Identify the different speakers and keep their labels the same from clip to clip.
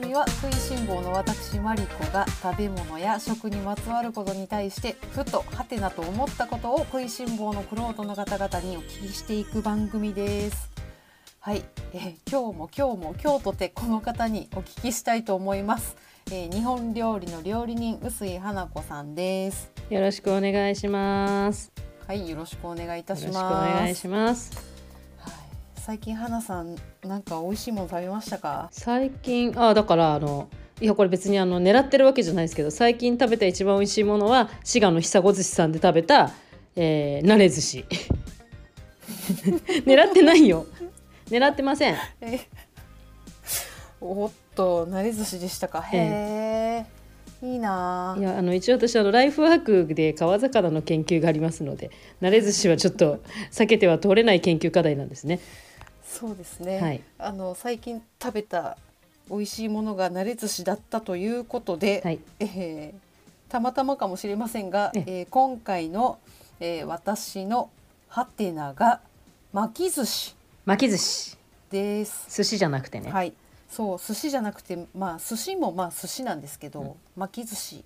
Speaker 1: 組は食いしん坊の私マリコが食べ物や食にまつわることに対してふとハテナと思ったことを食いしん坊のクロートの方々にお聞きしていく番組ですはい、えー今日も今日も今日とてこの方にお聞きしたいと思います、えー日本料理の料理人臼井花子さんです
Speaker 2: よろしくお願いします。
Speaker 1: はい、よろしくお願いいた
Speaker 2: よ
Speaker 1: し
Speaker 2: ろし
Speaker 1: ます
Speaker 2: くお願いします。
Speaker 1: はい、最近花さんなんか美味しいもの食べましたか
Speaker 2: 最近、あ、だから、あの。いやこれ別にあの狙ってるわけじゃないですけど最近食べた一番美味しいものは滋賀の久子寿司さんで食べた、えー、慣れ寿司 狙ってないよ狙ってません
Speaker 1: えおっと、なれ寿司でしたか。へえ、いいないあ。
Speaker 2: やあの一応私あのライフワークで川魚の研究がありますので慣れ寿司はちょっと避けては通れない研究課題なんですね
Speaker 1: そうですね。
Speaker 2: はい
Speaker 1: あの最近食べた美味しいものがなれ寿司だったということで、
Speaker 2: はい
Speaker 1: えーたまたまかもしれませんが、え
Speaker 2: え
Speaker 1: ー今回の、えー私のハテナが巻き寿司
Speaker 2: 巻き寿司
Speaker 1: です。
Speaker 2: 寿司じゃなくてね、
Speaker 1: はい、そう寿司じゃなくてまあ寿司もまあ寿司なんですけど、巻き寿司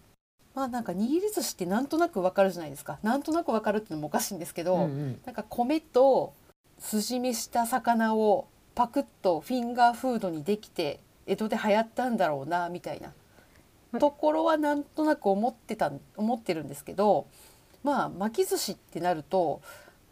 Speaker 1: まあなんか握り寿司ってなんとなくわかるじゃないですかなんとなくわかるってのもおかしいんですけど、
Speaker 2: うんうん、
Speaker 1: なんか米とすじめした魚をパクッとフィンガーフードにできて江戸で流行ったんだろうなみたいな
Speaker 2: ま
Speaker 1: ところはなんとなく思ってた思ってるんですけどまあ巻き寿司ってなると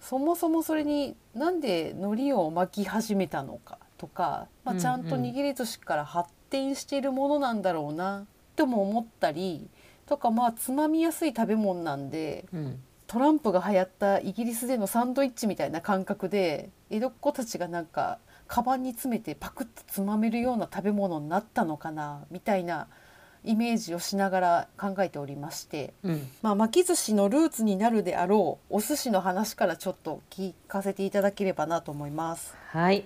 Speaker 1: そもそもそれになんで海苔を巻き始めたのかとか、まあ、
Speaker 2: うんうん
Speaker 1: ちゃんと握り寿司から発展しているものなんだろうなとも思ったりとかまあつまみやすい食べ物なんで
Speaker 2: うん
Speaker 1: トランプが流行ったイギリスでのサンドイッチみたいな感覚で江戸っ子たちがなんかカバンに詰めてパクッとつまめるような食べ物になったのかなみたいなイメージをしながら考えておりまして、
Speaker 2: うん
Speaker 1: まあ、巻き寿司のルーツになるであろうお寿司の話からちょっと聞かせていただければなと思います。
Speaker 2: はい。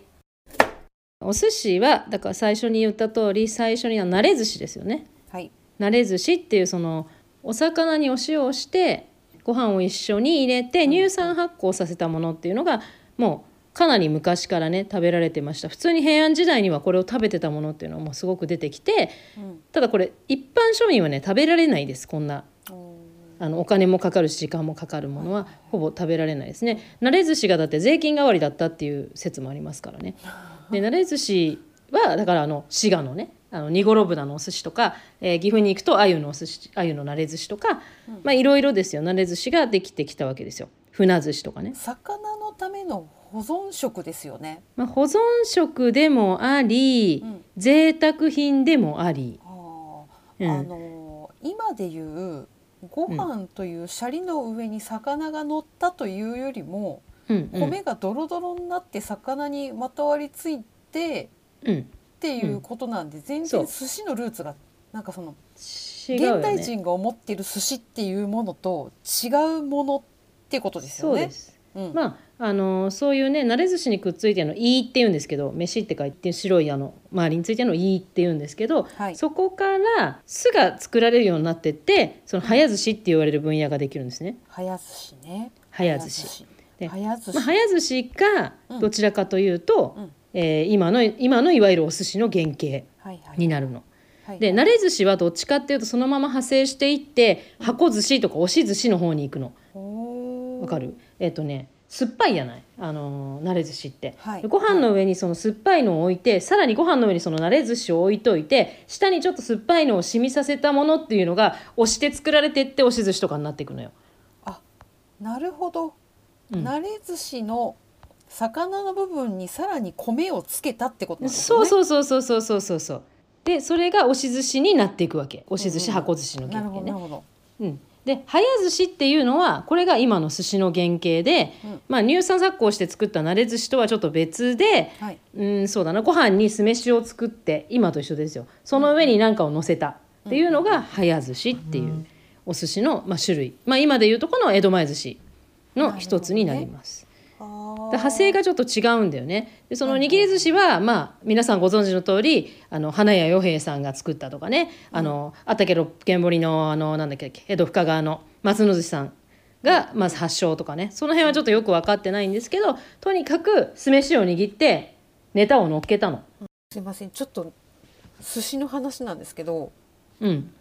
Speaker 2: お寿司はだから最初に言った通り最初には慣れ寿司ですよね。
Speaker 1: はい、
Speaker 2: 慣れ寿司っていうそのお魚にお塩をしてご飯を一緒に入れて乳酸発酵させたものっていうのがもうかなり昔からね食べられてました普通に平安時代にはこれを食べてたものっていうのはもうすごく出てきて
Speaker 1: うん
Speaker 2: ただこれ一般庶民はね食べられないですこんな
Speaker 1: お
Speaker 2: あのお金もかかるし時間もかかるものはほぼ食べられないですね慣れ寿司がだって税金代わりだったっていう説もありますか らねで慣れ寿司はだからあの滋賀のねあのニゴロブナのお寿司とか、えー岐阜に行くと鮎のお寿司鮎の慣れ寿司とか
Speaker 1: うん
Speaker 2: まあいろいろですよ慣れ寿司ができてきたわけですよ船寿司とかね、
Speaker 1: 魚のための保存食ですよね。
Speaker 2: まあ、保存食でもあり、
Speaker 1: うん
Speaker 2: 贅沢品でもあり、
Speaker 1: あー
Speaker 2: うん
Speaker 1: あのー今でいうご飯というシャリの上に魚が乗ったというよりも、
Speaker 2: うんうん
Speaker 1: 米がドロドロになって魚にまとわりついて
Speaker 2: うん、
Speaker 1: っていうことなんで、全
Speaker 2: そ
Speaker 1: 然
Speaker 2: う
Speaker 1: 寿司のルーツがなんかその、
Speaker 2: 違うよ
Speaker 1: 現
Speaker 2: ね
Speaker 1: 代人が思ってる寿司っていうものと違うものってことです
Speaker 2: そ
Speaker 1: よ
Speaker 2: う
Speaker 1: ね。
Speaker 2: です
Speaker 1: うん
Speaker 2: まああのそういうね慣れ寿司にくっついてるの「い」って言うんですけど「飯」って書いて白いあの周りについてるの「い」って言うんですけど、
Speaker 1: はい
Speaker 2: そこから「す」が作られるようになってってその早寿司って言われる分野ができるんですね。
Speaker 1: 早寿司ね。
Speaker 2: 早寿司。で
Speaker 1: 早寿司。
Speaker 2: まあ、早寿司が
Speaker 1: うん
Speaker 2: どちらかというと、
Speaker 1: うん
Speaker 2: えー今の今のいわゆるお寿司の原型
Speaker 1: はいはい
Speaker 2: になるの。
Speaker 1: はい
Speaker 2: で慣れ寿司はどっちかっていうとそのまま派生していって箱寿司とか押し寿司の方に行くの。
Speaker 1: おー
Speaker 2: わかるえっ、とね酸っぱいじゃない、あのー慣れ寿司って、
Speaker 1: はい
Speaker 2: ご飯の上にその酸っぱいのを置いてさらにご飯の上にその慣れ寿司を置いといて下にちょっと酸っぱいのを染みさせたものっていうのが押して作られてって押し寿司とかになっていくのよ。
Speaker 1: あなるほど、
Speaker 2: うん
Speaker 1: なれ寿司の魚の部分にさらに米をつけたってことなんです
Speaker 2: そ
Speaker 1: よ
Speaker 2: う
Speaker 1: ね。
Speaker 2: そうそうそうそうそうそうそうでそれが押し寿司になっていくわけ押し寿
Speaker 1: う
Speaker 2: 司
Speaker 1: んうん
Speaker 2: 箱寿司の
Speaker 1: な
Speaker 2: 原
Speaker 1: るほど
Speaker 2: 型
Speaker 1: な
Speaker 2: ね
Speaker 1: る。ほど。
Speaker 2: うん、で早寿司っていうのはこれが今の寿司の原型で、
Speaker 1: うん
Speaker 2: まあ、乳酸発酵して作った慣れ寿司とはちょっと別で、
Speaker 1: はい。
Speaker 2: うん、そうだなご飯に酢飯を作って今と一緒ですよその上に何かを乗せたっていうのが早寿司っていうお寿司の、まあ、種類、まあ、今でいうとこの江戸前寿司の一つになります。
Speaker 1: あ
Speaker 2: で派生がちょっと違うんだよねでその握り寿司は、まあ、皆さんご存知の通りあの花屋与平さんが作ったとかねあのあったけ六軒堀のあのなんだっけ江戸深川の松野寿司さんがまず発祥とかねその辺はちょっとよく分かってないんですけどとにかく酢飯を握ってネタを乗っけたの。
Speaker 1: すいませんちょっと寿司の話なんですけど
Speaker 2: うん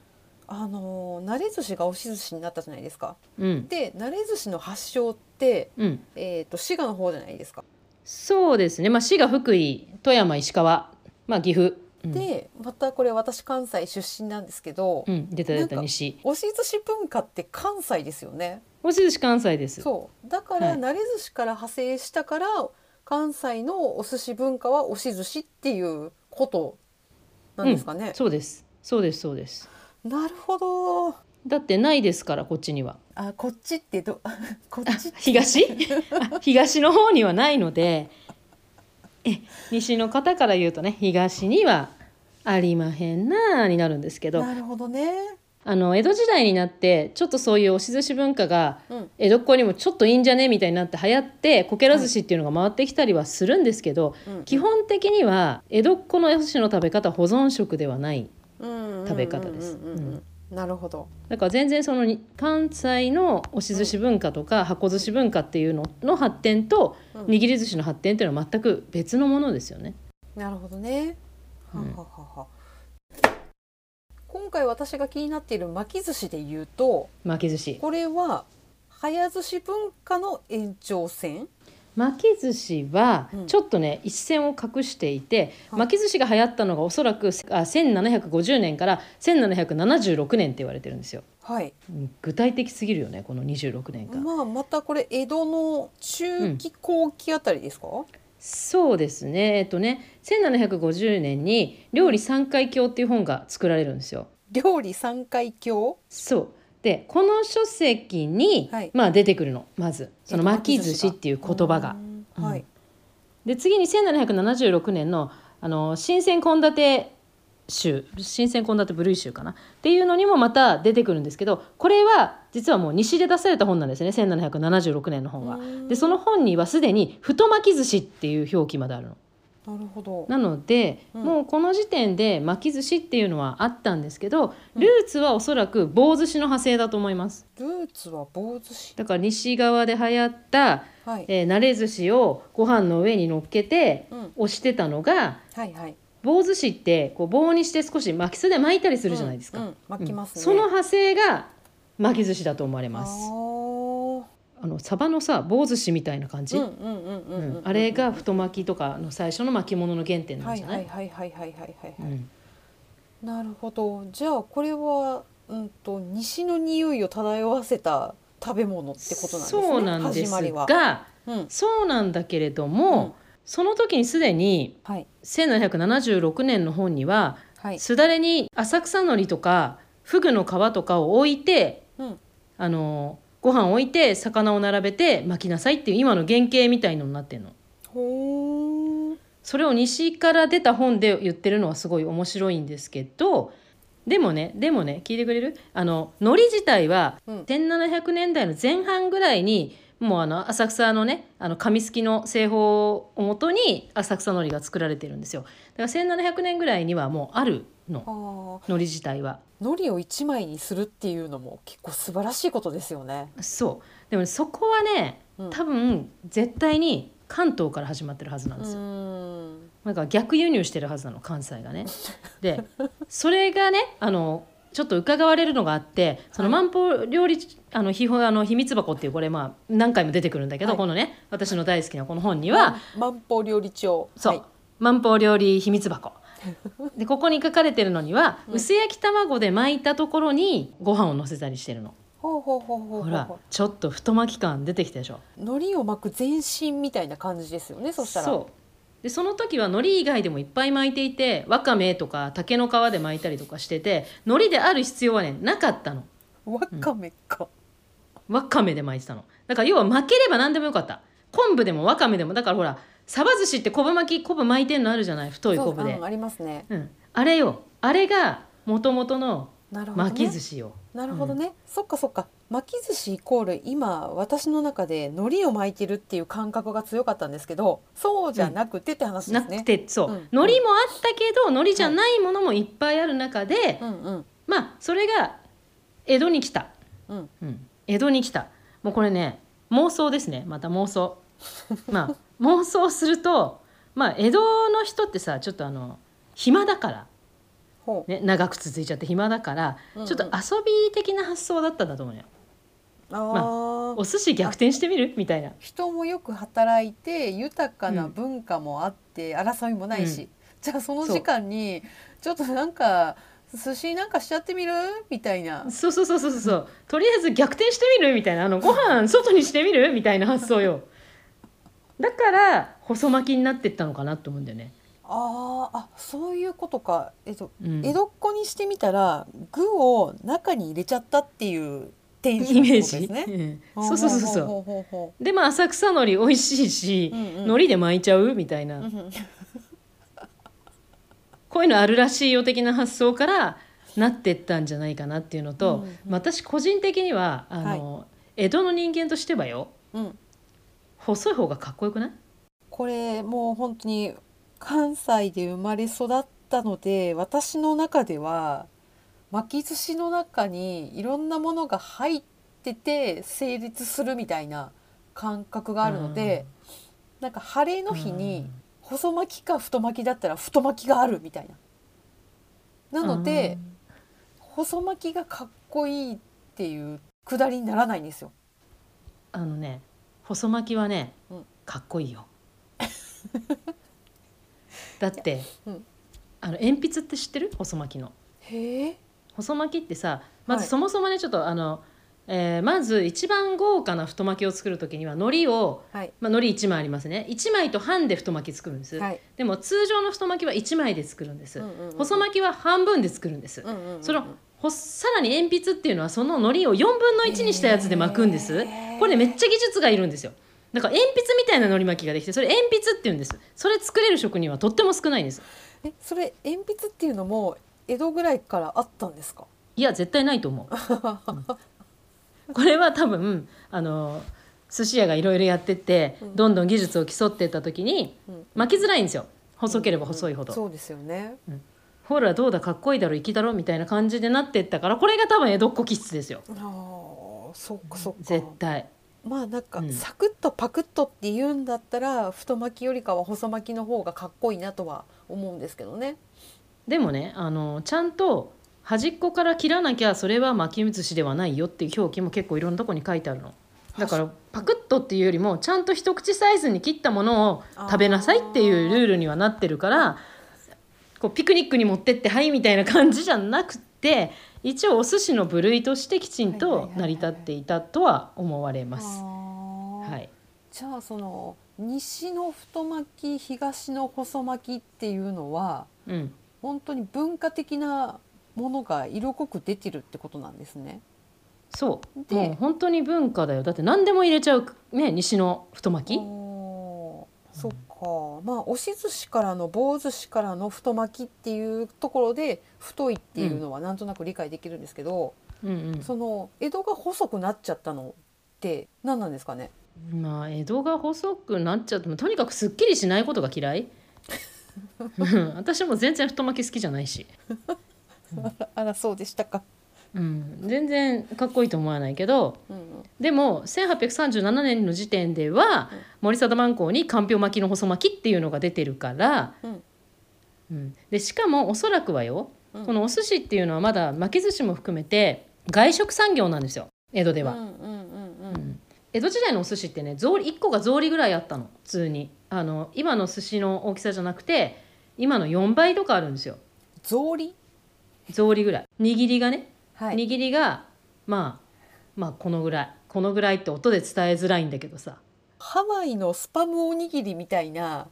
Speaker 1: あのーなれ寿司が押し寿司になったじゃないですか。
Speaker 2: うん
Speaker 1: でなれ寿司の発祥って、
Speaker 2: うん
Speaker 1: えー、と滋賀の方じゃないですか。
Speaker 2: そうですねまあ滋賀福井富山石川まあ岐阜、うん、
Speaker 1: でまたこれ私関西出身なんですけど、
Speaker 2: うん、出た出た
Speaker 1: なんか
Speaker 2: 西
Speaker 1: 押し寿司文化って関西ですよね。
Speaker 2: 押し寿司関西です
Speaker 1: そうだか
Speaker 2: は
Speaker 1: ら
Speaker 2: い
Speaker 1: なれ寿司から派生したから関西のお寿司文化は押し寿司っていうことなんですかね。
Speaker 2: そうですそうですそうです
Speaker 1: なるほど。
Speaker 2: だってないですからこっちには
Speaker 1: あこっちってど こっち
Speaker 2: 東 あ東の方にはないのでえ西の方から言うとね東にはありまへんなあになるんですけど
Speaker 1: なるほどね。
Speaker 2: あの江戸時代になってちょっとそういう押し寿司文化が
Speaker 1: うん
Speaker 2: 江戸っ子にもちょっといいんじゃねみたいになって流行ってこけら寿司っていうのが回ってきたりはするんですけど、
Speaker 1: うん
Speaker 2: 基本的には江戸っ子のお寿司の食べ方は保存食ではない
Speaker 1: 食
Speaker 2: 食べ方ですうん
Speaker 1: なるほど。
Speaker 2: だから全然そのに関西の押し寿司文化とか箱寿司文化っていうのの発展と
Speaker 1: うん
Speaker 2: 握り寿司の発展っていうのは全く別のものですよね。
Speaker 1: なるほどね。
Speaker 2: う
Speaker 1: はは
Speaker 2: ん
Speaker 1: はは。今回私が気になっている巻き寿司で言うと、
Speaker 2: 巻き寿司
Speaker 1: これは早寿司文化の延長線。
Speaker 2: 巻き寿司は
Speaker 1: うん
Speaker 2: ちょっとね、一線を隠していて、
Speaker 1: はい
Speaker 2: 巻き寿司が流行ったのがおそらくあ1750年から1776年って言われてるんですよ。
Speaker 1: はい。
Speaker 2: うん具体的すぎるよねこの26年間。
Speaker 1: まあまたこれ江戸の中期後期あたりですか？
Speaker 2: そうですねえっとね1750年に「料理三回教」っていう本が作られるんですよ。
Speaker 1: 料理三回教。
Speaker 2: そうでこの書籍に、
Speaker 1: はい
Speaker 2: まあ、出てくるのまずそ
Speaker 1: え
Speaker 2: の
Speaker 1: っと
Speaker 2: 巻き寿司っていう言葉が。。
Speaker 1: うんはい。
Speaker 2: で次に1776年のあの新鮮献立集新鮮献立部類集かなっていうのにもまた出てくるんですけどこれは実はもう西で出された本なんですね1776年の本は。でその本にはすでに太巻き寿司っていう表記まであるの。
Speaker 1: なるほど。
Speaker 2: なので、
Speaker 1: うん
Speaker 2: もうこの時点で巻き寿司っていうのはあったんですけど
Speaker 1: うん
Speaker 2: ルーツはおそらく棒寿司の派生だと思います。
Speaker 1: ルーツは棒寿司。
Speaker 2: だから西側で流行った、
Speaker 1: はい。
Speaker 2: えー、慣れ寿司をご飯の上に乗っけて
Speaker 1: うん。
Speaker 2: 押してたのが
Speaker 1: はいはい。
Speaker 2: 棒寿司ってこう棒にして少し巻きすで巻いたりするじゃないですか、
Speaker 1: うんうん巻きますね。
Speaker 2: その派生が巻き寿司だと思われ
Speaker 1: あ
Speaker 2: ます
Speaker 1: ー
Speaker 2: あのサバのさ棒寿司みたいな感じ、
Speaker 1: うんうんうんうんうん
Speaker 2: うんあれが太巻きとかの最初の巻物の原点なん
Speaker 1: はい
Speaker 2: じゃな、
Speaker 1: はいいはいはいはいはいはい、
Speaker 2: うん
Speaker 1: なるほどじゃあこれはうんと西の匂いを漂わせた食べ物ってことなんですね
Speaker 2: そうなんです
Speaker 1: 始まりは、
Speaker 2: が
Speaker 1: うん
Speaker 2: そうなんだけれども、
Speaker 1: うん
Speaker 2: その時にすでに
Speaker 1: はい
Speaker 2: 1776年の本には
Speaker 1: はい、
Speaker 2: すだれに浅草のりとかフグの皮とかを置いて
Speaker 1: うん、
Speaker 2: あのご飯を置いて魚を並べて巻きなさいっていう今の原型みたいのになってるの
Speaker 1: ほー
Speaker 2: それを西から出た本で言ってるのはすごい面白いんですけどでもねでもね聞いてくれるあの海苔自体は
Speaker 1: うん
Speaker 2: 1700年代の前半ぐらいにもうあの浅草のねあの紙すきの製法をもとに浅草海苔が作られてるんですよだから1700年ぐらいにはもうあるの
Speaker 1: あー
Speaker 2: 海苔自体は。
Speaker 1: 海苔を一枚にするっていうのも結構素晴らしいことですよね
Speaker 2: そうでもねそこはね
Speaker 1: うん
Speaker 2: 多分絶対に関東から始まってるはずなん
Speaker 1: う
Speaker 2: ですよ、
Speaker 1: ーん
Speaker 2: なんか逆輸入してるはずなの関西がねでそれがねあのちょっと伺われるのがあってその
Speaker 1: は
Speaker 2: 万宝料理あの秘宝あの秘密箱っていうこれまあ何回も出てくるんだけど、
Speaker 1: はい
Speaker 2: このね私の大好きなこの本には、
Speaker 1: 万宝料理長
Speaker 2: そう、
Speaker 1: はい
Speaker 2: 万宝料理秘 密箱でここに書かれてるのには、
Speaker 1: うん
Speaker 2: 薄焼き卵で巻いたところにご飯を乗せたりしてるの
Speaker 1: ほうほうほうほう
Speaker 2: ほ
Speaker 1: ほう
Speaker 2: ら
Speaker 1: ほ
Speaker 2: ちょっと太巻き感出てきたでしょ
Speaker 1: う海苔を巻く前身みたいな感じですよねそしたら
Speaker 2: うでその時は海苔以外でもいっぱい巻いていてわかめとか竹の皮で巻いたりとかしてて海苔である必要はねなかったの
Speaker 1: わかめか、
Speaker 2: わかめで巻いてたのだから要は巻ければ何でもよかった昆布でもわかめでもだからほらサバ寿司って昆布巻き昆布巻いてんのあるじゃない太い
Speaker 1: そう
Speaker 2: 昆布で
Speaker 1: うんありますね
Speaker 2: うん、あれよあれがもともとの
Speaker 1: なるほど、ね、
Speaker 2: 巻き寿司よ、
Speaker 1: なるほどね、そっかそっか巻き寿司イコール今私の中で海苔を巻いてるっていう感覚が強かったんですけどそうじゃなくてって話で
Speaker 2: な
Speaker 1: すね、
Speaker 2: くてそう、
Speaker 1: うん
Speaker 2: 海苔もあったけど海苔じゃないものもいっぱいある中で、
Speaker 1: うんうん
Speaker 2: まあそれが江戸に来た
Speaker 1: うん
Speaker 2: うん、江戸に来たもうこれね妄想ですねまた妄想 まあ妄想するとまあ江戸の人ってさちょっとあの暇だから
Speaker 1: ほう
Speaker 2: ね、長く続いちゃって暇だから、
Speaker 1: うんうん
Speaker 2: ちょっと遊び的な発想だったんだと思うのよ。
Speaker 1: あ
Speaker 2: お
Speaker 1: あ
Speaker 2: 寿司逆転してみるみたいな。
Speaker 1: 人もよく働いて豊かな文化もあって、争いもないし、
Speaker 2: う
Speaker 1: じゃあその
Speaker 2: そう
Speaker 1: 時間にちょっとなんか寿司なんかしちゃってみるみたいな
Speaker 2: そうそうそうそうそう。とりあえず逆転してみるみたいな。あのご飯外にしてみるみたいな発想よ。だから細巻きになってったのかなと思うんだよね。
Speaker 1: あーあそういうことか、えっと
Speaker 2: うん、
Speaker 1: 江戸っ子にしてみたら具を中に入れちゃったっていうテンション
Speaker 2: イメー
Speaker 1: って
Speaker 2: ジ。
Speaker 1: ことですね。
Speaker 2: うんそうそうそうそう。
Speaker 1: ほうほうほ
Speaker 2: でまあ浅草海苔美味しいし、
Speaker 1: うんうん
Speaker 2: 海苔で巻いちゃうみたいな、
Speaker 1: うほううんうん
Speaker 2: こういうのあるらしいよ的な発想からなってったんじゃないかなっていうのと、
Speaker 1: うんうん
Speaker 2: まあ私個人的にはあの、江戸の人間としてはよ
Speaker 1: うん
Speaker 2: 細い方がかっこよくない
Speaker 1: これもう本当に関西で生まれ育ったので私の中では巻き寿司の中にいろんなものが入ってて成立するみたいな感覚があるので、なんか晴れの日
Speaker 2: う
Speaker 1: に
Speaker 2: ん
Speaker 1: 細巻きか太巻きだったら太巻きがあるみたいな。なので、細巻きがかっこいいっていうくだりにならないんですよ。
Speaker 2: うんあのね細巻きはね、
Speaker 1: うん
Speaker 2: かっこ いいよだって、
Speaker 1: うん
Speaker 2: あの鉛筆って知ってる細巻きの
Speaker 1: へえ。
Speaker 2: 細巻きってさま
Speaker 1: は
Speaker 2: ず
Speaker 1: い
Speaker 2: そもそもねちょっとあの、えーまず一番豪華な太巻きを作る時には海苔を、
Speaker 1: はい。
Speaker 2: まあ、海苔1枚ありますね1枚と半で太巻き作るんです、
Speaker 1: はい。
Speaker 2: でも通常の太巻きは1枚で作るんです、
Speaker 1: うんうんうん
Speaker 2: 細巻きは半分で作るんです、
Speaker 1: うんうんうん
Speaker 2: そのほさらに鉛筆っていうのはその海苔を4分の1にしたやつで巻くんです、
Speaker 1: へー
Speaker 2: これねめっちゃ技術がいるんですよだから鉛筆みたいな海苔巻きができてそれ鉛筆って言うんですそれ作れる職人はとっても少ないんです
Speaker 1: え、それ鉛筆っていうのも江戸ぐらいからあったんですか。
Speaker 2: いや絶対ないと思う、うんこれは多分あの寿司屋がいろいろやってって、
Speaker 1: うん
Speaker 2: どんどん技術を競ってった時に
Speaker 1: うん
Speaker 2: 巻きづらいんですよ細ければ細いほど、
Speaker 1: そうですよね。
Speaker 2: ほらどうだかっこいいだろ粋だろみたいな感じでなってったからこれが多分江戸っ子気質ですよ
Speaker 1: ああ、そっかそっ
Speaker 2: 絶
Speaker 1: か。
Speaker 2: 対
Speaker 1: まあなんか
Speaker 2: うん
Speaker 1: サクッとパクッとって言うんだったら太巻きよりかは細巻きの方がかっこいいなとは思うんですけどね。
Speaker 2: でもねあのちゃんと端っこから切らなきゃそれは巻き寿司ではないよっていう表記も結構いろんなとこに書いてあるのだからパクッとっていうよりもちゃんと一口サイズに切ったものを食べなさいっていうルールにはなってるからこうピクニックに持ってってはいみたいな感じじゃなくて一応お寿司の部類としてきちん
Speaker 1: はいはい
Speaker 2: と
Speaker 1: はいはい
Speaker 2: 成り立っていたとは思われます。
Speaker 1: は
Speaker 2: はい
Speaker 1: じゃあその西の太巻き東の細巻きっていうのは
Speaker 2: うん
Speaker 1: 本当に文化的なものが色濃く出てるってことなんですね。
Speaker 2: そう
Speaker 1: で
Speaker 2: もう本当に文化だよだって何でも入れちゃう、ね、西の太巻き
Speaker 1: おーそっかまあ押し寿司からの棒寿司からの太巻きっていうところで太いっていうのはなんとなく理解できるんですけど、
Speaker 2: うん
Speaker 1: その江戸が細くなっちゃったのって何なんですかね
Speaker 2: うん、まあ江戸が細くなっちゃってもとにかくすっきりしないことが嫌い うん私も全然太巻き好きじゃないし、
Speaker 1: あら あらそうでしたか。
Speaker 2: うん、全然かっこいいと思わないけど
Speaker 1: うんうん
Speaker 2: でも1837年の時点では森貞万港にかんぴょう巻きの細巻きっていうのが出てるから、
Speaker 1: うん
Speaker 2: うんでしかもおそらくはよ、
Speaker 1: うん
Speaker 2: このお寿司っていうのはまだ巻き寿司も含めて外食産業なんですよ江戸では、
Speaker 1: うんうんうんう
Speaker 2: うんん江戸時代のお寿司ってねぞうり1個が草履ぐらいあったの普通にあの今の寿司の大きさじゃなくて今の4倍とかあるんですよ
Speaker 1: 草履
Speaker 2: 草履ぐらい握りがね
Speaker 1: はい。
Speaker 2: 握りがまあまあこのぐらいこのぐらいって音で伝えづらいんだけどさ
Speaker 1: ハワイのスパムおにぎりみたいな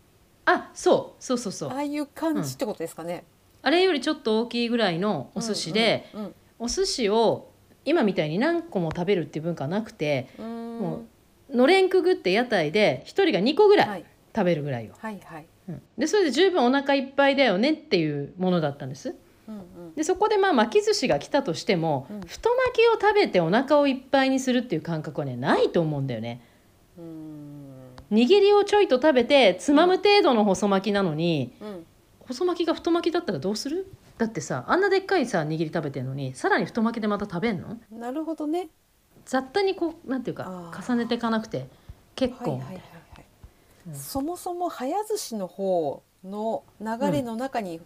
Speaker 2: あそうそうそうそう
Speaker 1: ああいう感じってことですかね。
Speaker 2: あれよりちょっと大きいぐらいのお寿司で、
Speaker 1: うん
Speaker 2: お寿司を今みたいに何個も食べるっていう文化はなくて
Speaker 1: うんうん、
Speaker 2: もうのれんくぐって屋台で1人が2個ぐら
Speaker 1: はいい
Speaker 2: 食べるぐらいよ、
Speaker 1: はいはい。
Speaker 2: うんでそれで十分お腹いっぱいだよねっていうものだったんです
Speaker 1: うんうん
Speaker 2: でそこでまあ巻き寿司が来たとしても、
Speaker 1: うん
Speaker 2: 太巻きを食べてお腹をいっぱいにするっていう感覚はねないと思うんだよね
Speaker 1: うーん
Speaker 2: 握りをちょいと食べてつまむ程度の細巻きなのに、
Speaker 1: うん
Speaker 2: 細巻きが太巻きだったらどうするだってさあんなでっかいさ握り食べてんのにさらに太巻きでまた食べんの
Speaker 1: なるほどね。
Speaker 2: 雑多にこうなんていうか
Speaker 1: あー
Speaker 2: 重ねていかなくて結
Speaker 1: はいは
Speaker 2: 構、
Speaker 1: いはいはい。
Speaker 2: うん
Speaker 1: そもそも早寿司の方の流れの中に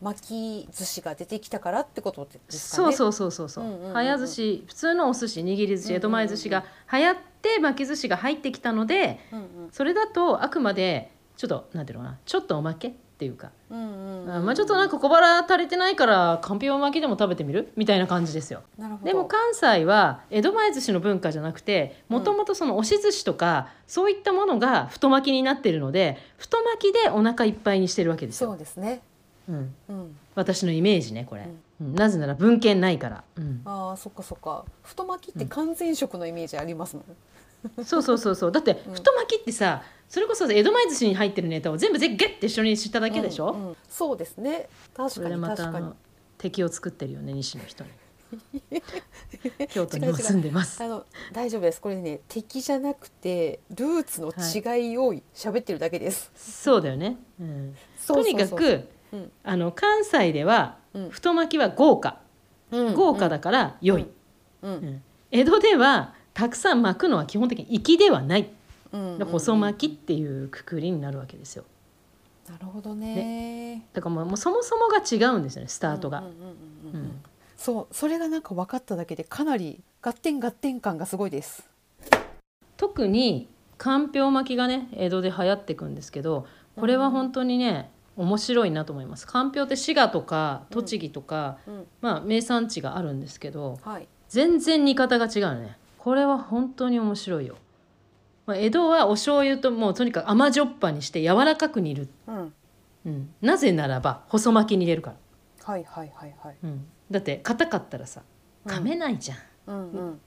Speaker 1: 巻き寿司が出てきたからってことですか
Speaker 2: そう
Speaker 1: ね。う
Speaker 2: そうそうそうそう,、
Speaker 1: うんうんうんうん
Speaker 2: 早寿司普通のお寿司握り寿
Speaker 1: うんうんうん
Speaker 2: 司江戸前寿司が流行って巻き寿司が入ってきたので
Speaker 1: んうん
Speaker 2: それだとあくまでちょっとなんていうのかなちょっとおまけっていうか、
Speaker 1: うんうん
Speaker 2: あまあちょっとなんか小腹足りてないからかんぴょう巻きでも食べてみるみたいな感じですよ。
Speaker 1: なるほど
Speaker 2: でも関西は江戸前寿司の文化じゃなくてもともとその押し寿司とか、そういったものが太巻きになってるので太巻きでお腹いっぱいにしてるわけです
Speaker 1: そ
Speaker 2: よ、
Speaker 1: うですね。
Speaker 2: うん、
Speaker 1: うん、
Speaker 2: 私のイメージねこれ、うんなぜなら文献ないから、うん、
Speaker 1: ああそっかそっか太巻きって完全食のイメージありますもん、
Speaker 2: そうそうそうそうだって
Speaker 1: うん
Speaker 2: 太巻きってさそれこそ江戸前寿司に入ってるネタを全部ぜゲッて一緒にしただけでしょ、
Speaker 1: うんうんそうですね確
Speaker 2: そ
Speaker 1: か
Speaker 2: れで
Speaker 1: に
Speaker 2: ま
Speaker 1: 確
Speaker 2: たあ
Speaker 1: かに
Speaker 2: の敵を作ってるよね西の人 に京都にも住んでます
Speaker 1: あの大丈夫ですこれね敵じゃなくてルーツの違いを喋ってるだけです、
Speaker 2: そうだよね、うん、
Speaker 1: そ
Speaker 2: と
Speaker 1: うそう
Speaker 2: に
Speaker 1: そう
Speaker 2: かく
Speaker 1: うん
Speaker 2: あの関西では
Speaker 1: うん
Speaker 2: 太巻きは豪華、
Speaker 1: うん
Speaker 2: 豪華だから良い、
Speaker 1: うん
Speaker 2: うん江戸ではたくさん巻くのは基本的に粋ではない、
Speaker 1: うんうん
Speaker 2: 細巻きっていうくくりになるわけですよ
Speaker 1: なるほどね
Speaker 2: だからもうもうそもそもが違うんですよねスタート
Speaker 1: う
Speaker 2: が、
Speaker 1: んうんうんうんうん
Speaker 2: うん
Speaker 1: そうそれがなんか分かっただけでかなり合点合点感がすごいです
Speaker 2: 特にかんぴょう巻きがね江戸で流行ってくんですけどこれは本当にね、面白いなと思いますかんぴょうって滋賀とか栃木とか、
Speaker 1: うん
Speaker 2: まあ名産地があるんですけど
Speaker 1: はい
Speaker 2: 全然煮方が違うのねこれは本当に面白いよ、まあ、江戸はお醤油ともうとにかく甘じょっぱにして柔らかく煮る、
Speaker 1: うん
Speaker 2: うん、なぜならば細巻きに入れるから、
Speaker 1: はいはいはいはい
Speaker 2: うん、だって硬かったらさ噛めないじゃん、
Speaker 1: うんうん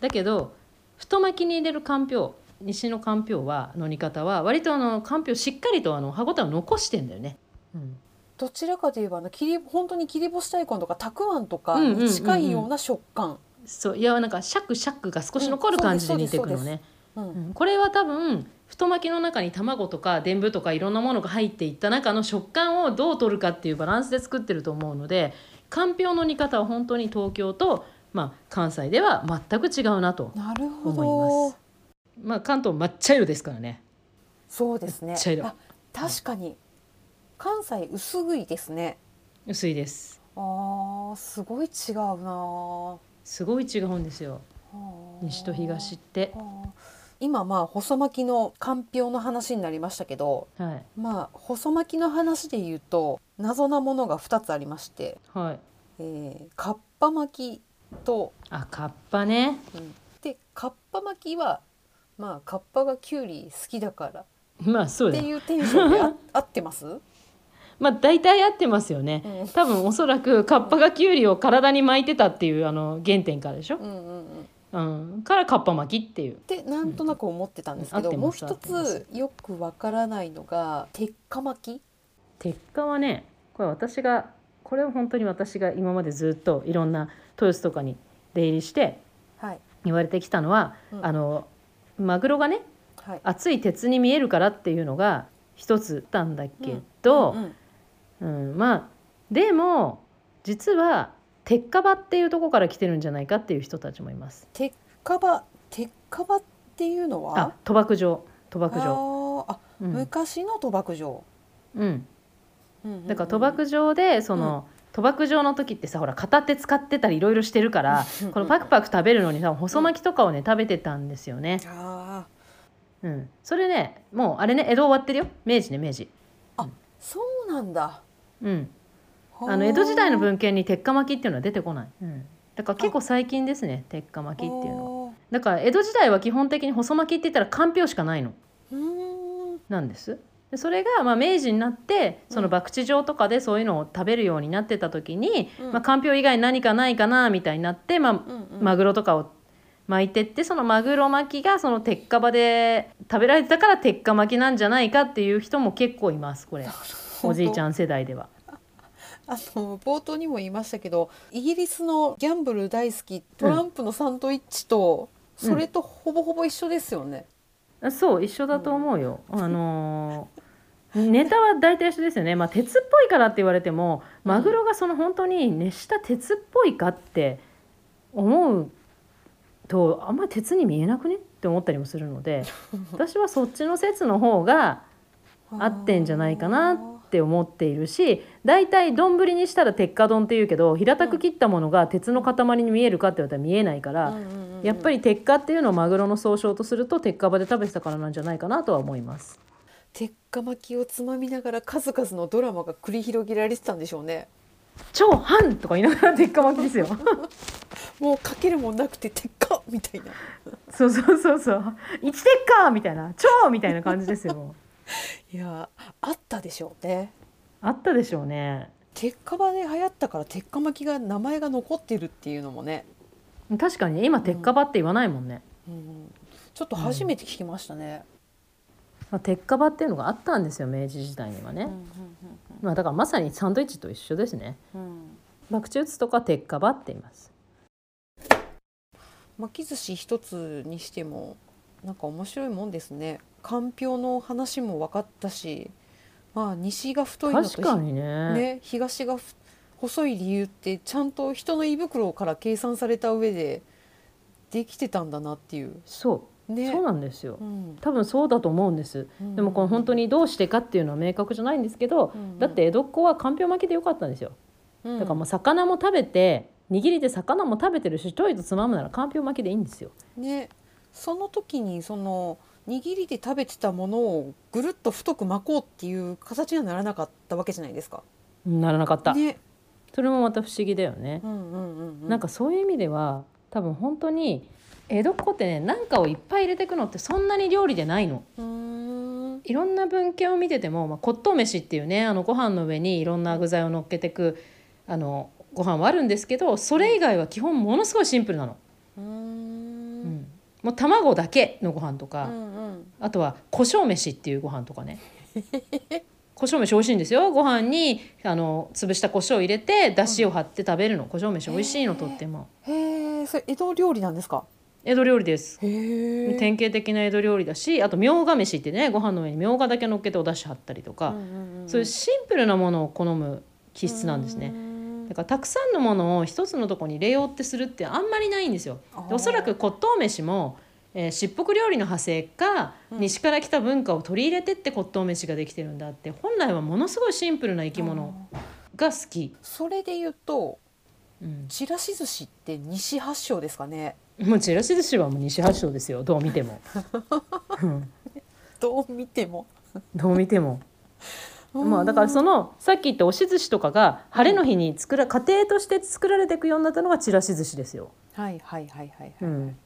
Speaker 2: だけど太巻きに入れるかんぴょう西のかんぴょうはの煮方は割とあのかんぴょうしっかりとあの歯ごたえを残してんだよね。うん
Speaker 1: どちらかといえばあの切り本当に切り干し大根とかたくあんとか
Speaker 2: うんうんうん
Speaker 1: に
Speaker 2: うん
Speaker 1: 近いような食感
Speaker 2: そういやなんかシャクシャクが少し残る感じで煮てく
Speaker 1: う
Speaker 2: の
Speaker 1: んそう
Speaker 2: ね、
Speaker 1: うん
Speaker 2: うんこれは多分太巻きの中に卵とかでんぶとかいろんなものが入っていった中の食感をどう取るかっていうバランスで作ってると思うのでかんぴょうの煮方は本当に東京と、まあ、関西では全く違うなと、
Speaker 1: なるほ
Speaker 2: 思い
Speaker 1: ど
Speaker 2: ままあ、関東抹茶色ですからね
Speaker 1: そうですね
Speaker 2: めっちゃ色
Speaker 1: あ確かに関西薄食いですね
Speaker 2: 薄いです
Speaker 1: あーすごい違うな
Speaker 2: すごい違うんですよ
Speaker 1: あ
Speaker 2: 西と東って
Speaker 1: あ。ー今まあ細巻きのかんぴょうの話になりましたけど
Speaker 2: はい
Speaker 1: まあ細巻きの話で言うと謎なものが2つありまして、
Speaker 2: はい。
Speaker 1: えー、かっぱ巻きと、
Speaker 2: あ、カッパね。
Speaker 1: うんでかっぱ巻きはまあかっぱがきゅうり好きだから
Speaker 2: まあそう
Speaker 1: っ
Speaker 2: だ
Speaker 1: て
Speaker 2: よ。
Speaker 1: いうテンションで あ合ってます、うん、
Speaker 2: まあ大体合ってますよね。多分おそらくカッパがキュウリを体に巻いてたっていうあの原点からでしょ。
Speaker 1: うんうんうん
Speaker 2: うん。からカッパ巻きっていう。
Speaker 1: ってなんとなく思ってたんですけど、
Speaker 2: うんうん
Speaker 1: も
Speaker 2: 合
Speaker 1: う
Speaker 2: ってます
Speaker 1: 一つよくわからないのが鉄火巻き
Speaker 2: 鉄火はね、これ私がこれは本当に私が今までずっといろんな豊洲とかに出入りして
Speaker 1: はい
Speaker 2: 言われてきたのは、
Speaker 1: うん
Speaker 2: あのマグロがね
Speaker 1: はい
Speaker 2: 熱い鉄に見えるからっていうのが一つあったんだけど。
Speaker 1: うんうん
Speaker 2: うん、まあでも実は鉄火場っていうところから来てるんじゃないかっていう人たちもいます。
Speaker 1: 鉄火場鉄火場っていうの
Speaker 2: あ
Speaker 1: は
Speaker 2: 賭博場賭博場、
Speaker 1: あーあ
Speaker 2: うん
Speaker 1: 昔の賭博場、
Speaker 2: うん、
Speaker 1: うんうんうん
Speaker 2: だから賭博場でその、賭博場の時ってさほら片手使ってたりいろいろしてるから
Speaker 1: うんうん
Speaker 2: このパクパク食べるのにさ細巻きとかをね食べてたんですよね。
Speaker 1: あー
Speaker 2: うん、それねもうあれね江戸終わってるよ明治ね明治。
Speaker 1: そうなんだ
Speaker 2: うん、
Speaker 1: はー
Speaker 2: あの江戸時代の文献に鉄火巻きっていうのは出てこない。うん、だから結構最近ですね鉄火巻きっていうのは。だから江戸時代は基本的に細巻きって言ったらかんぴょうしかないの
Speaker 1: あーうーん
Speaker 2: なんです。でそれがまあ明治になってその博打場とかでそういうのを食べるようになってた時に、
Speaker 1: うん
Speaker 2: まあ、かんぴょう以外何かないかなみたいになって、ま
Speaker 1: う
Speaker 2: あ、
Speaker 1: んうん
Speaker 2: マグロとかを巻いてってそのマグロ巻きがその鉄火場で食べられてたから鉄火巻きなんじゃないかっていう人も結構いますこれおじいち
Speaker 1: ん
Speaker 2: ゃん世代では。
Speaker 1: あの冒頭にも言いましたけどイギリスのギャンブル大好きトランプのサンドイッチと、
Speaker 2: うん
Speaker 1: それとほぼほぼ一緒ですよね、
Speaker 2: そう一緒だと思うよ、あのーネタは大体一緒ですよね、まあ、鉄っぽいからって言われても
Speaker 1: うん
Speaker 2: マグロがその本当に熱した鉄っぽいかって思うとあんまり鉄に見えなくねって思ったりもするので私はそっちの説の方が合ってんじゃないかなっって思っているし大体丼にしたら鉄火丼っていうけど平たく切ったものが鉄の塊に見えるかって言われたら見えないから、やっぱ
Speaker 1: り
Speaker 2: り鉄火っていうのをマグロの総称とすると鉄火場で食べてたからなんじゃないかなとは思います。
Speaker 1: 鉄火巻きをつまみながら数々のドラマが繰り広げられてたんでしょうね
Speaker 2: 超ハンとか言いながら鉄火巻きですよ。
Speaker 1: もうかけるもんなくて鉄火みたいな
Speaker 2: そうそうそうそう。一鉄火みたいな超みたいな感じですよ。
Speaker 1: いやーあったでしょうね
Speaker 2: あったでしょうね。
Speaker 1: 鉄火場で流行ったから鉄火巻きが名前が残ってるっていうのもね、
Speaker 2: 確かにね今鉄火場って言わないもんね。
Speaker 1: うん、ちょっと初めて聞きましたね、
Speaker 2: まあ、鉄火場っていうのがあったんですよ明治時代にはね、
Speaker 1: うん
Speaker 2: まあ、だからまさにサンドイッチと一緒ですね
Speaker 1: うんうんうん
Speaker 2: 爆竹打つとか鉄火場って言います
Speaker 1: 巻き寿司一つにしてもなんか面白いもんですねかんぴょうの話も分かったしまあ西が太いのと
Speaker 2: 確かにね
Speaker 1: ね、東がふ細い理由ってちゃんと人の胃袋から計算された上でできてたんだなっていう
Speaker 2: そ
Speaker 1: ね
Speaker 2: うそうなんですよ
Speaker 1: うん
Speaker 2: 多分そうだと思うんですでもこの本当にどうしてかっていうのは明確じゃないんですけど、
Speaker 1: うんうん
Speaker 2: だって江戸っ子はかんぴょう巻きでよかったんですよだからもう魚も食べて握りで魚も食べてるしちょいとつまむならかんぴょう巻きでいいんですよ
Speaker 1: ねその時にその握りで食べてたものをぐるっと太く巻こうっていう形にはならなかったわけじゃないですか。
Speaker 2: ならなかった、
Speaker 1: ね、
Speaker 2: それもまた不思議だよね、
Speaker 1: うんうんうんう
Speaker 2: なんかそういう意味では多分本当に江戸っ子ってねなんかをいっぱい入れてくのってそんなに料理でないの。
Speaker 1: うーん
Speaker 2: いろんな文献を見てても、まあ、骨董飯っていうねあのご飯の上にいろんな具材を乗っけてくあのご飯はあるんですけどそれ以外は基本ものすごいシンプルなの。
Speaker 1: うーん
Speaker 2: うんもう卵だけのご飯と
Speaker 1: う
Speaker 2: か、
Speaker 1: んうん
Speaker 2: あとは胡椒飯っていうご飯とか ね胡椒飯美味しいんですよご飯にあの潰した胡椒を入れてだしを張って食べるの胡椒飯美味しいのとっても
Speaker 1: へえそれ江戸料理なんですか
Speaker 2: 江戸料理です
Speaker 1: へえ
Speaker 2: 典型的な江戸料理だしあとみょうが飯ってねご飯の上にみょうがだけ乗っけてお出汁張ったりとか、そういうシンプルなものを好む気質なんですね、だからたくさんのものを一つのとこに入れようってするってあんまりないんですよ
Speaker 1: あー
Speaker 2: でおそらく骨董飯も、えー、しっぽく料理の派生か、
Speaker 1: うん
Speaker 2: 西から来た文化を取り入れてって骨董飯ができてるんだって本来はものすごいシンプルな生き物が好き、
Speaker 1: それで言うと
Speaker 2: うん、
Speaker 1: ちらし寿司って西発祥ですかね
Speaker 2: もうちらし寿司はもう西八章ですよどう見 ても、うん、
Speaker 1: どう見ても
Speaker 2: どう見てもまあ、だからそのさっき言った押し寿司とかが晴れの日に作ら家庭として作られていくようになったのがちらし寿司ですよ。
Speaker 1: はいはいはいはいはい、
Speaker 2: うん、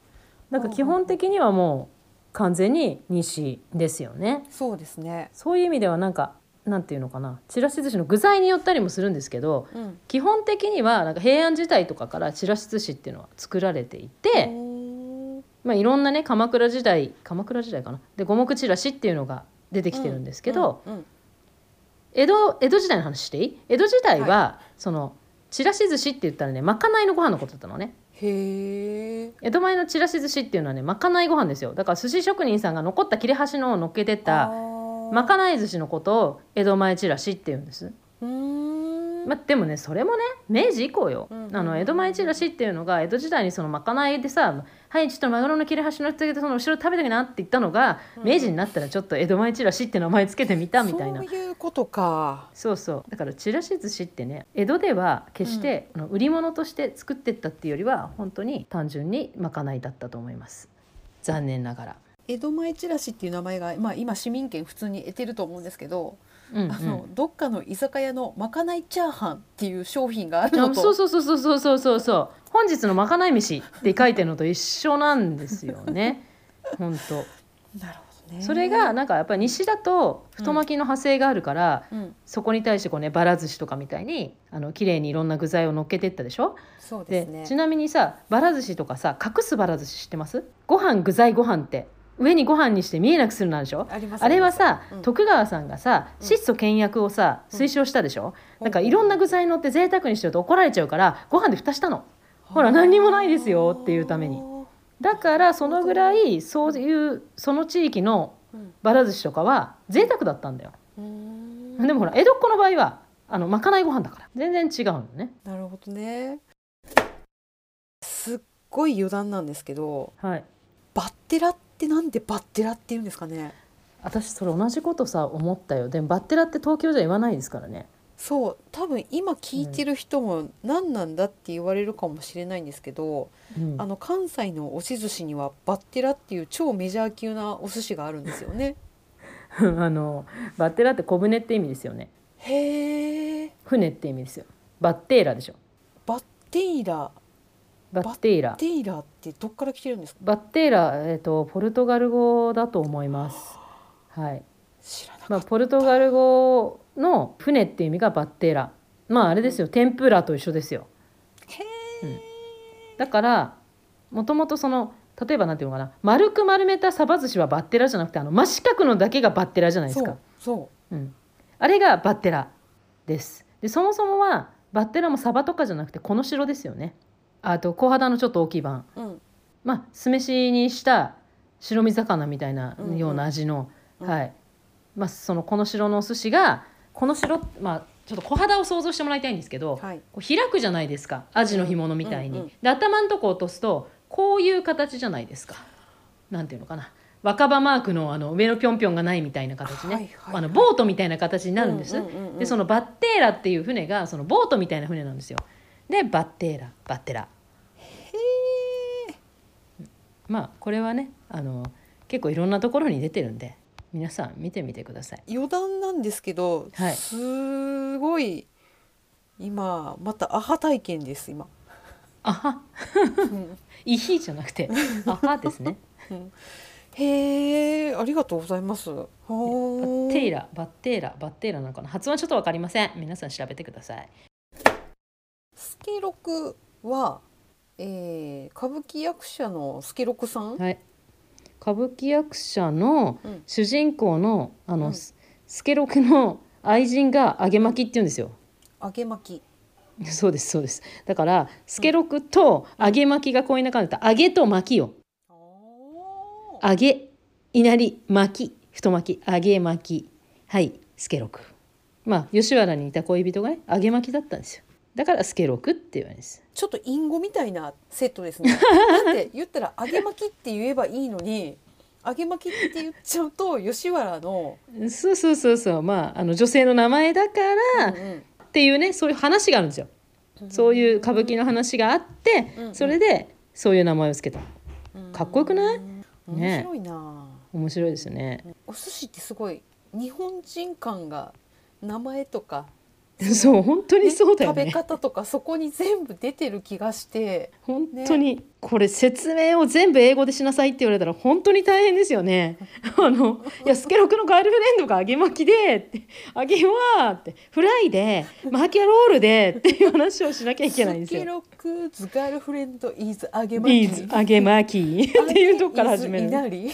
Speaker 2: なんか基本的にはもう完全に西ですよね。
Speaker 1: そうですね
Speaker 2: そういう意味ではなんかなんていうのかなちらし寿司の具材によったりもするんですけど
Speaker 1: うん
Speaker 2: 基本的にはなんか平安時代とかからちらし寿司っていうのは作られていて。
Speaker 1: おー
Speaker 2: まあ、いろんなね鎌倉時代鎌倉時代かなで五目ちらしっていうのが出てきてるんですけど、
Speaker 1: うんうん
Speaker 2: 江戸江戸時代の話していい江戸時代は、そのちらし寿司って言ったらねまかないのご飯のことだったのね
Speaker 1: へえ
Speaker 2: 江戸前のちらし寿司っていうのはねまかないご飯ですよだから寿司職人さんが残った切れ端のを乗っけてたまかない寿司のことを江戸前ちらしって言うんです、
Speaker 1: うーん
Speaker 2: まあ、でもねそれもね明治以降よ、
Speaker 1: うん
Speaker 2: あの江戸前ちらしっていうのが江戸時代にそのまかないでさ「はいちょっとマグロの切れ端のつけてその後ろ食べてきな」って言ったのが、
Speaker 1: うん
Speaker 2: 明治になったらちょっと江戸前ちらしって名前つけてみたみたいな
Speaker 1: そういうことか
Speaker 2: そうそうだからちらし寿司ってね江戸では決して、あの売り物として作ってったっていうよりは本当に単純にまかないだったと思います残念ながら、
Speaker 1: 江戸前チラシっていう名前が、まあ、今市民権普通に得てると思うんですけど、
Speaker 2: うんうん
Speaker 1: あのどっかの居酒屋のまかないチャーハンっていう商品があるの
Speaker 2: あ
Speaker 1: と
Speaker 2: そうそうそうそうそうそうそうそう本日のまかない飯って書いてるのと一緒なんですよね本当
Speaker 1: なるほどね
Speaker 2: それが、なんかやっぱり西だと太巻きの派生があるから、
Speaker 1: うん、
Speaker 2: そこに対してこうねばら寿司とかみたいにあの綺麗にいろんな具材を乗っけてったでしょ
Speaker 1: そうで
Speaker 2: です
Speaker 1: ね
Speaker 2: ちなみにさばら寿司とかさ隠すばら寿司知ってますご飯具材ご飯って上にご飯にして見えなくするなんでしょ
Speaker 1: あります
Speaker 2: あれはさ、
Speaker 1: うん
Speaker 2: 徳川さんがさ
Speaker 1: うん
Speaker 2: 質素倹約をさ、
Speaker 1: うん
Speaker 2: 推奨したでしょ、
Speaker 1: うん
Speaker 2: なんかいろんな具材乗って贅沢にしてると怒られちゃうからご飯で蓋したのほら
Speaker 1: あー
Speaker 2: 何にもないですよっていうためにだからそのぐらいそういうその地域の
Speaker 1: うん
Speaker 2: ばら寿司とかは贅沢だったんだよ、
Speaker 1: うーん
Speaker 2: でもほら江戸っ子の場合はあのまかないご飯だから全然違うのね
Speaker 1: なるほどねすっごい余談なんですけど
Speaker 2: はい
Speaker 1: バッテラってなんでバッテラって言うんですかね
Speaker 2: 私それ同じことさ思ったよでもバッテラって東京じゃ言わないですからね
Speaker 1: そう多分今聞いてる人も何なんだって言われるかもしれないんですけど、
Speaker 2: うん
Speaker 1: あの関西の押し寿司にはバッテラっていう超メジャー級なお寿司があるんですよね。
Speaker 2: あのバッテラって小舟って意味ですよね
Speaker 1: へえ
Speaker 2: 船って意味ですよバッテーラでしょ
Speaker 1: バッテイラ
Speaker 2: バッテーラ
Speaker 1: テイラってどっから来てるんですか
Speaker 2: バッテーラえっ、とポルトガル語だと思いますはい
Speaker 1: 知らなか
Speaker 2: まあ
Speaker 1: った、
Speaker 2: ポルトガル語の船っていう意味がバッテーラまああれですよ天ぷらと一緒ですよ
Speaker 1: へ
Speaker 2: だからもともとその例えばなんていうのかな丸く丸めたサバ寿司はバッテラじゃなくてあの真四角のだけがバッテラじゃない
Speaker 1: えそ
Speaker 2: ですか
Speaker 1: うそ
Speaker 2: うん、あれがバッテラですでそもそもはバッテラもサバとかじゃなくてこの白ですよねあと小肌のちょっと大きい版
Speaker 1: う、うん、
Speaker 2: まあ酢飯にした白身魚みたいな
Speaker 1: うんうん
Speaker 2: ような味の、
Speaker 1: うん
Speaker 2: はいまあそのこの白のお寿司がこの白まあちょっと小肌を想像してもらいたいんですけど、
Speaker 1: はい
Speaker 2: こう開くじゃないですかアジの干物みたいに、
Speaker 1: うんうん
Speaker 2: で頭のとこ落とすとこういう形じゃないですかなんていうのかな若葉マークのあの上のぴょんぴょんがないみたいな形ね、
Speaker 1: はいはいはい
Speaker 2: あのボートみたいな形になるんです、
Speaker 1: うんうんうんうん
Speaker 2: でそのバッテーラっていう船がそのボートみたいな船なんですよでバッテーラバッテラまあこれはねあの結構いろんなところに出てるんで皆さん見てみてください
Speaker 1: 余談なんですけど、
Speaker 2: はい
Speaker 1: すごい今またアハ体験です今、
Speaker 2: あは
Speaker 1: うん
Speaker 2: イヒじゃなくてあはですね
Speaker 1: へえありがとうございます
Speaker 2: バ
Speaker 1: ほ
Speaker 2: ッテイ
Speaker 1: ー
Speaker 2: ラバッテイラバッテイラなのかな発音ちょっとわかりません皆さん調べてください
Speaker 1: スケロクは、えー、歌舞伎役者のスケロクさん、
Speaker 2: はい歌舞伎役者の
Speaker 1: うん
Speaker 2: 主人公のあの、
Speaker 1: うん
Speaker 2: ススケロクの愛人が揚げ巻きって言うんですよ
Speaker 1: 揚げ巻き
Speaker 2: そうですそうですだからスケロクと揚げ巻きがこういう中だった揚げと巻きよ揚げいなり巻き太巻き揚げ巻きはいスケロクまあ吉原にいた恋人がね揚げ巻きだったんですよだからスケロクって言われるんです
Speaker 1: ちょっとインゴみたいなセットです ねなんて言ったら揚げ巻きって言えばいいのに揚げ巻きって言っちゃうと吉原の、
Speaker 2: そうそうそうそうまああの女性の名前だから
Speaker 1: う
Speaker 2: っ
Speaker 1: ん
Speaker 2: ていうねそういう話があるんですよ
Speaker 1: うん
Speaker 2: そういう歌舞伎の話があって
Speaker 1: うんうん
Speaker 2: それでそういう名前をつけた
Speaker 1: うん
Speaker 2: かっこよくない
Speaker 1: 面白いな、
Speaker 2: 面白いですよね
Speaker 1: お寿司ってすごい日本人感が名前とか
Speaker 2: そう本当にそうだよ
Speaker 1: 食べ
Speaker 2: ね
Speaker 1: 方とかそこに全部出てる気がして
Speaker 2: 本当にこれ説明を全部英語でしなさいって言われたら本当に大変ですよねあのいやスケロクのガールフレンドが揚げ巻きでって揚げはってフライで巻きはロールでっていう話をしなきゃいけないんです
Speaker 1: スケ
Speaker 2: よ
Speaker 1: ロクズガールフレンドイズ揚げ巻き
Speaker 2: ビーズ揚げ巻きっていうとこから始める
Speaker 1: い
Speaker 2: の
Speaker 1: なり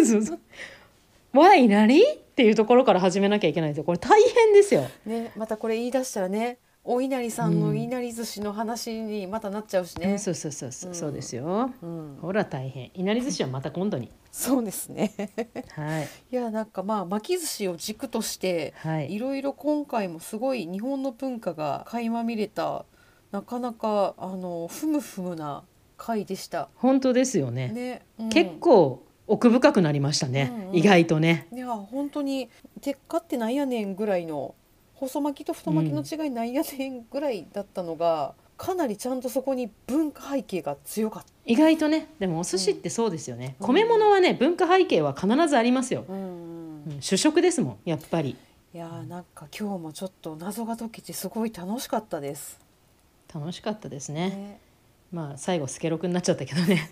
Speaker 2: そうそう。わいなりっていうところから始めなきゃいけないんですよ。これ大変ですよ。
Speaker 1: ねまたこれ言い出したらねお稲荷さん
Speaker 2: う
Speaker 1: の
Speaker 2: ん
Speaker 1: 稲荷寿司の話にまたなっちゃうしね、
Speaker 2: そうそうそうそう、
Speaker 1: うん
Speaker 2: そうですよ。
Speaker 1: うん、
Speaker 2: ほら大変。いなり寿司はまた今 度に。
Speaker 1: そうですね
Speaker 2: はい
Speaker 1: いやなんかまあ巻き寿司を軸として
Speaker 2: はいい。
Speaker 1: ろいろ今回もすごい日本の文化が垣間見れたなかなかあのふむふむな回でした
Speaker 2: 本当ですよね。
Speaker 1: ね、うん
Speaker 2: 結構奥深くなりましたね。
Speaker 1: うんうん
Speaker 2: 意外とね。
Speaker 1: いや本当に鉄火ってなんやねんぐらいの細巻きと太巻きの違いなんやねんぐらいだったのが、かなりちゃんとそこに文化背景が強かっ
Speaker 2: 意外とね。でもお寿司ってそうですよね。
Speaker 1: うん
Speaker 2: 米物はね文化背景は必ずありますよ。
Speaker 1: た、
Speaker 2: うん主食ですもんやっぱり
Speaker 1: いやーなんか今日もちょっと謎が解けてすごい楽しかったです。
Speaker 2: 楽しかったですね。
Speaker 1: ね
Speaker 2: まあ最後スケロクになっちゃったけど ね。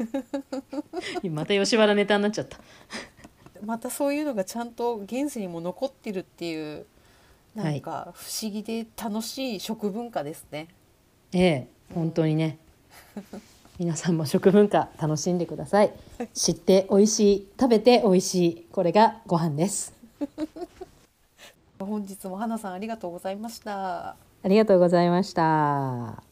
Speaker 2: また吉原ネタになっちゃった。
Speaker 1: またそういうのがちゃんと現世にも残ってるっていうなんか不思議で楽しい食文化ですね。
Speaker 2: ええ、本当にね。皆さんも食文化楽しんでください。知って美味しい、食べて美味しい、これがご飯です。
Speaker 1: 本日も花さんありがとうございました。
Speaker 2: ありがとうございました。